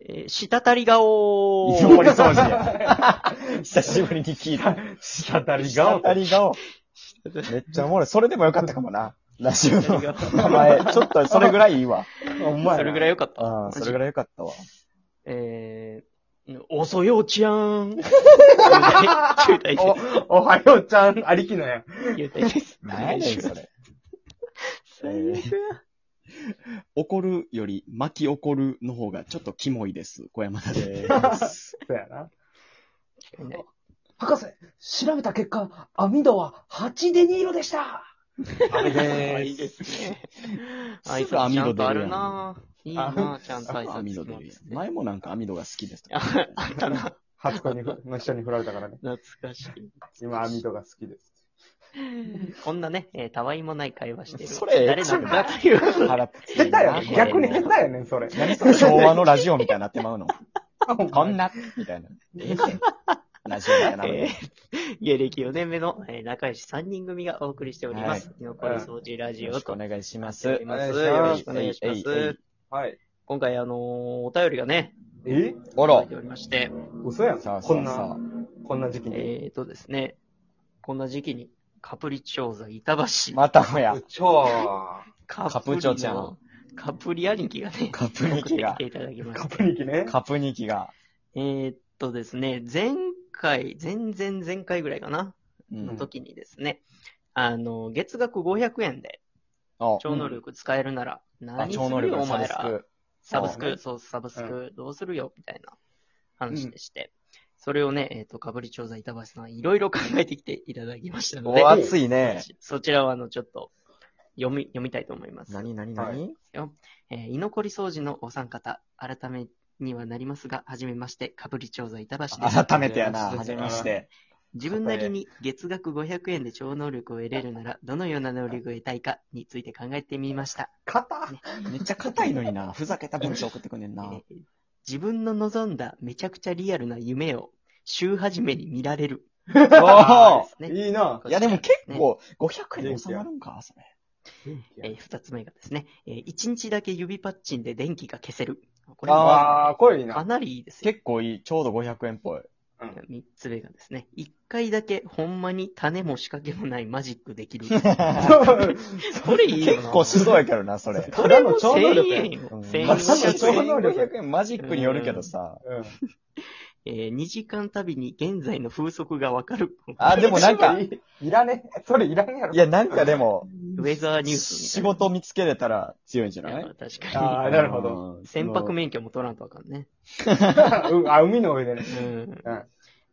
えー、したたり顔いつもり掃除や。 久しぶりに聞いた。したたり下顔。たり顔。めっちゃおもろい。それでもよかったか もな。ラジオの名前。ちょっとそれぐらいいいわ。お前。 それぐらいい。良かった。うん、それぐらいよかったわ。えー、おそようちや ん。球体です。お、おはようちゃん、ありきのや。球体です。なんやねん、それ。最悪や。怒るより巻き怒るの方がちょっとキモいです。小山田です。そうやな。間違いない博士、調べた結果、網戸は8デニーロで したあれあいいで。ですすね。あいすつちぐゃ網戸んと出あるやるんなぁ。いいなぁ、ちゃんと挨網戸拶出もるやん。あ前もなんか網戸が好きですとか。あったな。初恋にふの人に振られたからね。懐かしい。今、網戸が好きです。こんなね、えーたわいもない会話してる。それ誰なんだっていう。腹立つ。下手やね。いいな逆に下手やねん、それ。何それ昭和のラジオみたいになってまうの。こんな、みたいな。ラジオみたいになるえー 芸歴4年目の、えー仲良し3人組がお送りしております。居残り掃除ラジよろオしくおとなっ願いします。ております。およ願ろいししくますお願いしまえいえいえすい。はい。今回あのーお便りがね、えあ届らいておりまして、嘘やん。さあこさんあさな、こんな時期に。えーとですね、こんな時期に、カプリ調査板橋あ。、またもや。超。カカププリチョちゃのん、カプリ兄貴がね、カプ送ニっキてきがて。いただきまカしプて。ニキね。カプニキが。えーっとですね、前回、前々前回ぐらいかな、うのん。時にですね、あの、月額500円であ、超能力使えるなら、あ何す超能る力よ、のおサブ前スら。ク。サブスク、そうねそう、サブスうク、どうするよ、みたいな話でして。それをね、えっ、と、かぶり調査板橋さん、いろいろ考えてきていただきましたのでお、、熱いね。そちらは、あの、ちょっと、読み、読みたいと思います。何何は何えー居残り掃除のお三方、改めにはなりますが、はじめまして、かぶり調査板橋です。改めてやな、ははじじめめままししてて。自分なりに月額500円で超能力を得れるなら、どのような能力を得たいかについて考えてみました。肩めっちゃ硬いのにな。ふざけた文章送ってくんねんえな。ー自分の望んだめちゃくちゃリアルな夢を週初めに見られる。おーですね。いいな。こいちらやでも結ね構、500円で収まるんか、それ。えー二つ目がですね、えー一日だけ指パッチンで電気が消せる。これはあー、これいいかな。なりいいですよ。結構いい。ちょうど500円っぽい。三つ目がですね、一回だけほんまに種も仕掛けもないマジックでき る。これいいよな。結構しそうやけどな、それ。これも ただの超能1000力や円よ。1000うん円まあただの超能力1500円マジックによるけどさ。うんえー、2時間旅に現在の風速がわかる。あ、でもな んか、いいらね。それいらねやろ。やなんかでも、ウェザー ニュースみた仕いな。事見つけれたら強いんじゃないいやい確あかーなるほど。うんに。船舶免許も取らんとあかんね。 うんあ、海の 上でね。うんうん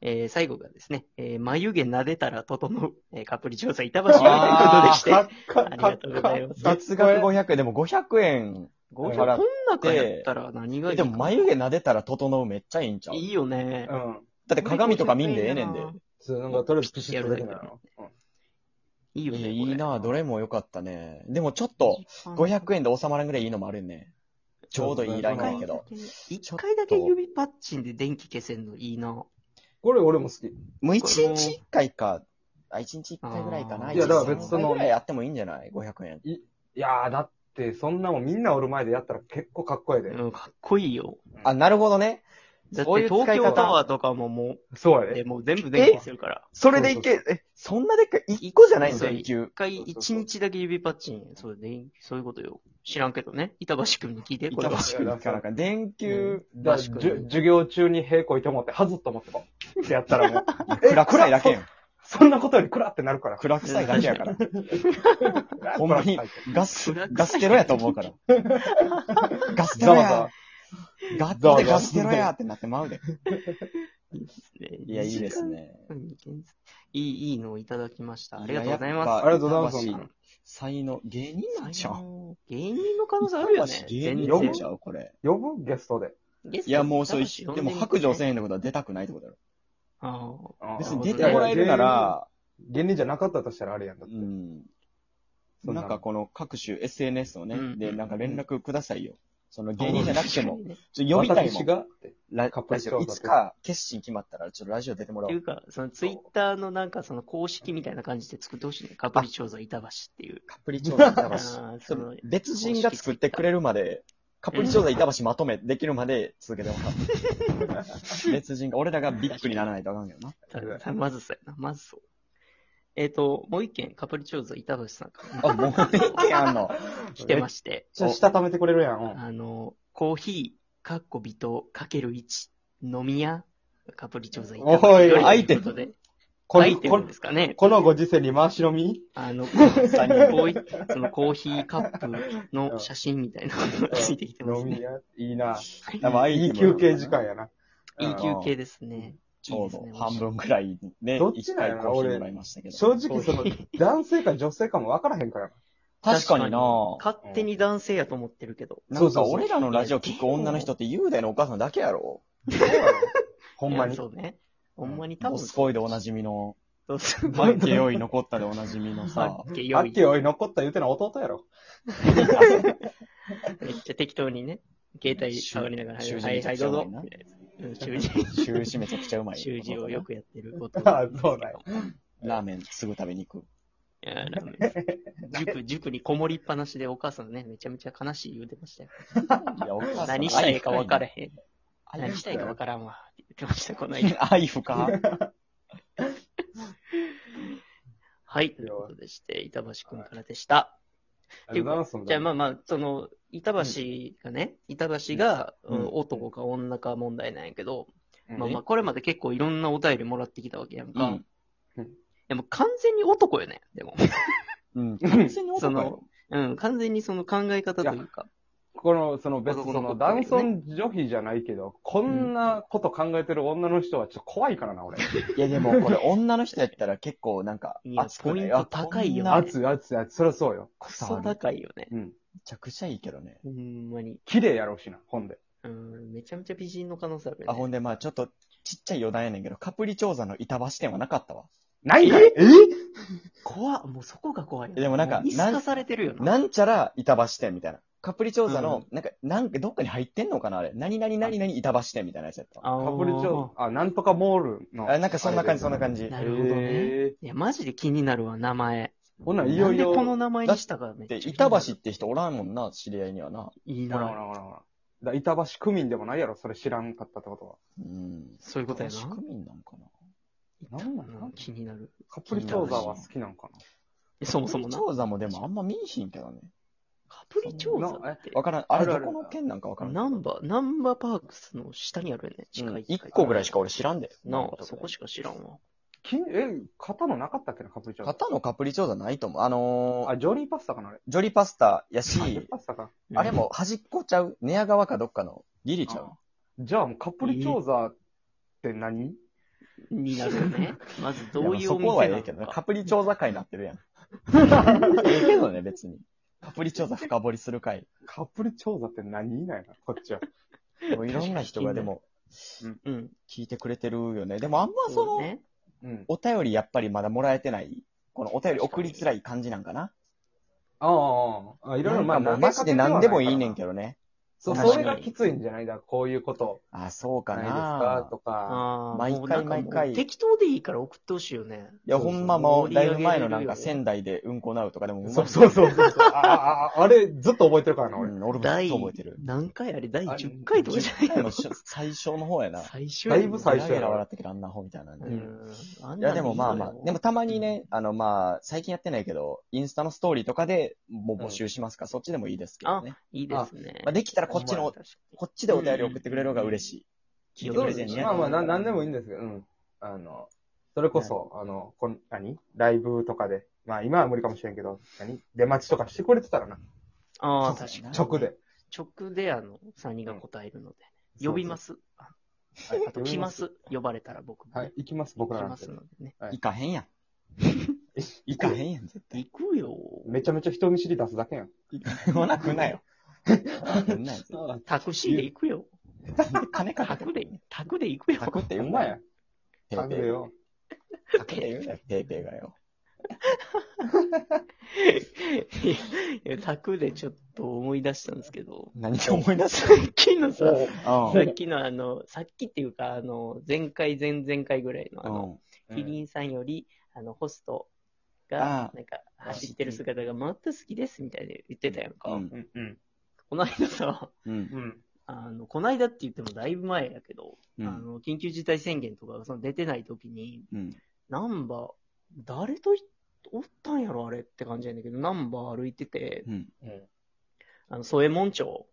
えー最後がですね、えー眉毛撫でたら整う、えーカプリ調査板橋よりということでして、かあっかりがとうございます。月額500円、でも500円。こん払って中やったら何がいいでも眉毛撫でたら整うめっちゃいいんちゃういいよねう。ん。だって鏡とか見んでええねんで。そう、なんかとりあえずピシッとできないの。いいよいね。やいいなどれ。れも良かったね。でもちょっと、500円で収まらんぐらいいいのもあるね。ちょうどいいラインやけど。一回だけ指パッチンで電気消せんのいいな。これ俺も好き。もう1日1回か、あ、1日1回ぐらいかあな。ー1いやだから別にそのぐらいやってもいいんじゃない5 0円。いやー、だって、そんなもんみんなおる前でやったら結構かっこええで。うん、かっこいいよ。あ、なるほどね。だっそうていう使い方東京タワーとかももそうう、やでで。もう全部電気消せるから。それでいけ、え、そんなでっかい、1個じゃないんそだうよ、1級一。回、一日だけ指パッチン。そうで、そういうことよ。知らんけどね。板橋くんに聞いて、これ板橋は。区に行かなかん電球、だから確じかにゅ授業中に平行いと思って、はずっと思っても。ってやったらもう、 暗くらいだけやん。そんなことよりクラってなるから。暗くさいだけやから。ほんまに暗くガス暗くさい、ガステロやと思うから。ガステざロわざわや。。ガッツでガステロやってなってまうで。いや、いいです。ね。いい、いいのをいただきました。ありがとうございやまっす。ぱありがとうございやっまぱし才能、芸人なんちゃう芸人の可能性あるよね。芸人よなん全ち然ゃうこれ。呼ぶゲストで。ゲストいや、もうそう板いう、橋呼でんみもて白状せんのことは出たくないってことだろ。ああ別うんに出てもらえるなら、芸人じゃなかったとしたらあれやんだって。うん。そんななんのかこの各種 SNS をね、うんで、なんか連絡くださいよ。その芸人じゃなくても、。っちょっと呼びたいも私ん。がってラカップラルシジョーオ、だいとつか決心決まったら、ちょっとラジオ出てもらてお。いううか、そのツイッターのなんかその公式みたいな感じで作ってほしいね。カプリ調査板橋っていう。カプリ調あ査板ーその橋。別人が作ってくれるまで、カプリ調査板橋まとめできるまで続けてもら う。別人が、俺らがビッグにならないとあかんけどな。たたまずそうやな。まずそう。えっ、と、もう一件、カプリチョーザ板橋さんからあ、もう一件あんの。来てまして、じゃあ、下溜めてくれるやん。うんあの、コーヒー、かっこ微糖、かける1、飲み屋、カプリチョーザ板橋おいよりアイテムということでこアイのテこムのですかね。このご時世に回し飲みあの、こ三人ういそのコーヒーカップの写真みたいなのがついてきてます飲みね。屋いいな。でもアイいテいム休憩時間やな。いい休憩ですね。ちょういいどですね半分くらいねどっ、ち一なんや回ろコーヒーもらいましたけど。正直、その、男性か女性かも分からへんから確かにな勝手に男性やと思ってるけど。な。なんか俺らのラジオ聞く女の人って雄大のお母さんだけやろほんまに。いやそうね。ほんまに多ボ分。スコイでおなじみ の、そうそうマイケヨイ残ったでおなじ みの さあ、っけあよっいけおい、残った言うての弟やろ。めっちゃ適当にね、携帯触りながら、は習い字はい、どうぞ。めみたいなうん習字、習字めちゃくちゃうまい。習字をよくやって ること。ああそうだよラーメンすぐ食べ に行く。いやラーメン 塾、塾にこもりっぱなしでお母さんね、めちゃめちゃ悲しい言うてましたよ。いや、お母さん何したいか分からん。へん。愛何したいか分からんわ。って言ってました、この深い間。愛深 い。はい、ということでして、板橋くんからでした。ありがとうございますそんなじゃあまあまあ、その、板橋がね、板橋が、うんうん男か女か問題なんやけど、うんまあまあ、これまで結構いろんなお便りもらってきたわけやんうか。ん。でも完全に男よね、でも。うん。うんその、うん、完全にその考え方というか。この、その別に男そのの子だけど男ね尊女卑じゃないけど、こんなこと考えてる女の人はちょっと怖いからな、俺。いや、でもこれ女の人やったら結構なんかい、や熱くないポイント高いよねあこんなめ熱い熱い熱い、そりゃそうよ。クソ高いよね。うん。ちゃくちゃいいけどね。ほんまに。綺麗やろうしな、本で。うん、めちゃめちゃ美人の可能性あるよね。あ、ほんでまあちょっとちっちゃい余談やねんけど、カプリ調査の板橋店はなかったわ。ないんかいえ怖っもうそこが怖いよね。でもなんかう見透かされてるよな。なんちゃら板橋店みたいな。カプリ調査の、なんか、なんかどっかに入ってんのかなあれ。何々何々板橋店みたいなやつやった。あーカプリチョ、あ、なんとかモールの。あなんかそんな感じ、そんな感じ。なるほどね。へいや、マジで気になるわ、名前。ーほんならいなよんいでよ。この名前にしたかめっちで、ゃ気にな板る橋って人おらんもんな、知り合いにはな。いいほらほな。らほらほら。だ板橋区民でもないやろ、それ知らんかったってことは。うん。そういうことや仕な。組みなんかな。なんなんうん気になる。カプリチョーザーは好きなんかそもそカプもリな。調査もでもあんま見えひんけどね。カプリチョーザって。わからん。あれあるどあるこの県なんかわからんけど。ナンバー、ナンバーパークスの下にあるよね。近うんい。一個ぐらいしか俺知らんで。なあ、そこしか知らんわ。きえ、型のなかったっけな、カプリチョーザー。型のカプリ調査ないと思う。あのーあ、ジョリーパスタかな、あれ。ジョリパスタやあジョリしー、パスタか。あれも端っこちゃう寝屋川かどっかのギリちゃうじゃあもうカプリチョーザーって何うんになるよね。まずどいうやいまあうおそこは店えなえのけどね。か。カプリ調査会になってるやん。ええけどね、別に。カプリ調査深掘りする会。カプリチョーザーって何なんやな、こっちは。もういろんな人がでもうん。聞いてくれてるよね。でもあんまその、ね。うん。お便りやっぱりまだもらえてない。このお便り送りづらい感じなんかな。ああ、ああ、いろいろ、なまあ、んかもうマジで何でもいいねんけど。どね。そう、確かにそれがきついんじゃないだから、こういうこと、あ、そうかないな。ですかとか。ああ、毎もうなんか回もう毎回適当でいいから送ってほしいよね。いや、ほんまもう、だいぶ前のなんかそうそう仙台でうんこなうとかでもうそううそうそうそう。ああ、ああれ、ずっと覚えてるからな、まい。う俺。ん、俺もずっ第と覚えてる。何回あれ第あ10回とかじゃないの10最初の方やな。最初だいぶ最初ゲラゲラ笑ってきたあんな方みたいなんで。ういん。あんなのや、でもまあまあ、でもたまにうんね、あのまあ、最近やってないけど、インスタのストーリーとかでもう募集しますから、そっちでもいいですけどね。いいですね。まあ、できたらこっちの、こっちでお便り送ってくれる方が嬉しい。聞いてそくうれでてすんね。ね。まあまあ、ななんでもいいんですけど、うん。あの、それこそ、あの、こん、何ライブとかで。まあ、今は無理かもしれんけど、何出待ちとかしてくれてたらな。ああ、確かに。直で。直であの、3人が答えるので。呼びます。あそうそう。はいあと来ま。す。呼ばれたら僕もね。はい、行きます、僕ら来なんまてす。のでね。行かへんやん。行かへんやん、絶対。行くよ。めちゃめちゃ人見知り出すだけやん。言わなくなよ。そんなんやつタクシーで行くよ。金かタけクてで、タクで行くよ。タクってほ言うんなまよ。や。ペあーペーげよ。タクって言うなよ、ペーペーがよ。いやタクでちょっと思い出したんですけ ど、何か思い出すさっきのさ、うんさっきのあの、さっきっていうか、あの、前回、前々回ぐらいの、あの、キリンさんより、あの、ホストあがあ、なんか、走ってる姿がもっと好きですみたいで言ってたやんか。うんうんうん。この間さ、うん。うん。あの、この間って言ってもだいぶ前やけど、うんあの、緊急事態宣言とかがその出てない時に、うん。ナンバー、誰といおったんやろあれって感じやねんけど、ナンバー歩いてて、うん。うん。あの、添右衛門町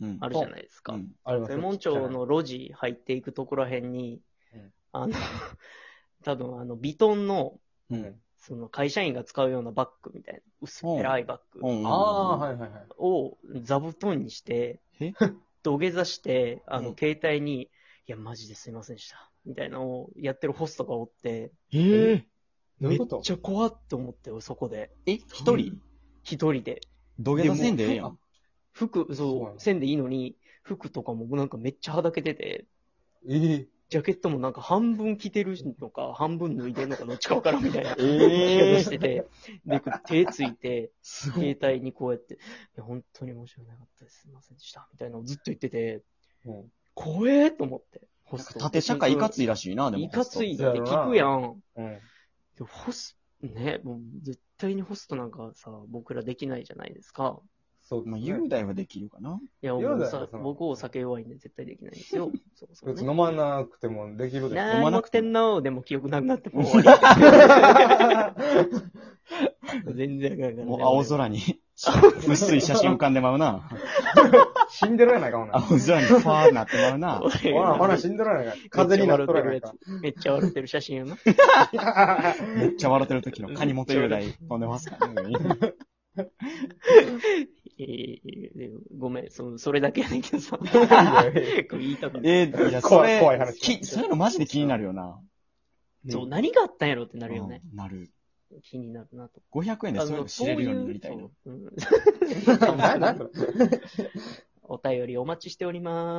うん。あるじゃないですか。うんあれ添右衛門町の路地入っていくところへんにうん、あの、 多分あの、ビトンの、ううんん。その会社員が使うようなバッグみたいな、薄っぺらいバッグ。うん。ああ、はいはいはい。を座布団にしてえ、 土下座して、あうのん、携帯に、いや、マジですいませんでした。みたいなのをやってるホストがおって、ええ。どういうことめっちゃ怖って思ってよ、そこで。え、一人一人で。土下座せんでええやん。服、そうそなう、のせんでいいのに、服とかもなんかめっちゃはだけてて、ええ。ジャケットもなんか半分着てるのか、半分脱いでるのか、どっちかわからんみたいな。え土下座してて、で、こう手ついて、すごい携。帯にこうやって、いや、本当に申し訳なかったです。すいませんでした。みたいなのをずっと言ってて、うん怖えと思って。ホスト。縦社会いかついらしいな、でも。いかついってそうやろな聞くやん。うん。でホスト、ね、もう絶対にホストなんかさ、僕らできないじゃないですか。そうですまあ、ね雄大はできるかな。いや、いや僕だよさその僕お酒弱いんで絶対できないんですよ。そうそう、別ね。に飲まなくてもできるでしなー飲まになもくくててもんのでも記憶なくなってもう終わり全然あかんから、もう青空 に、薄い写真浮かんでまうな。ょ。 死んでるやないか、ほな。青空にファーなってまうな。俺ほがら、ほら、死んでるやないか。風になっとるやないか。めっちゃ笑ってる写真やな。めっちゃ笑ってる時のカニ元雄大飛んでますからね。いやいやいやでごめん、そそれだけやねんけど さ。言いたかった。えー、いや、そ怖いれ、怖い話き、そういうのマジで気になるよな。そう、何があったんやろってなるよね。うんなる。気になるなと。 500円でそういうの知れるようになりたいな。 そういうそううんな、なんそれお便りお待ちしております。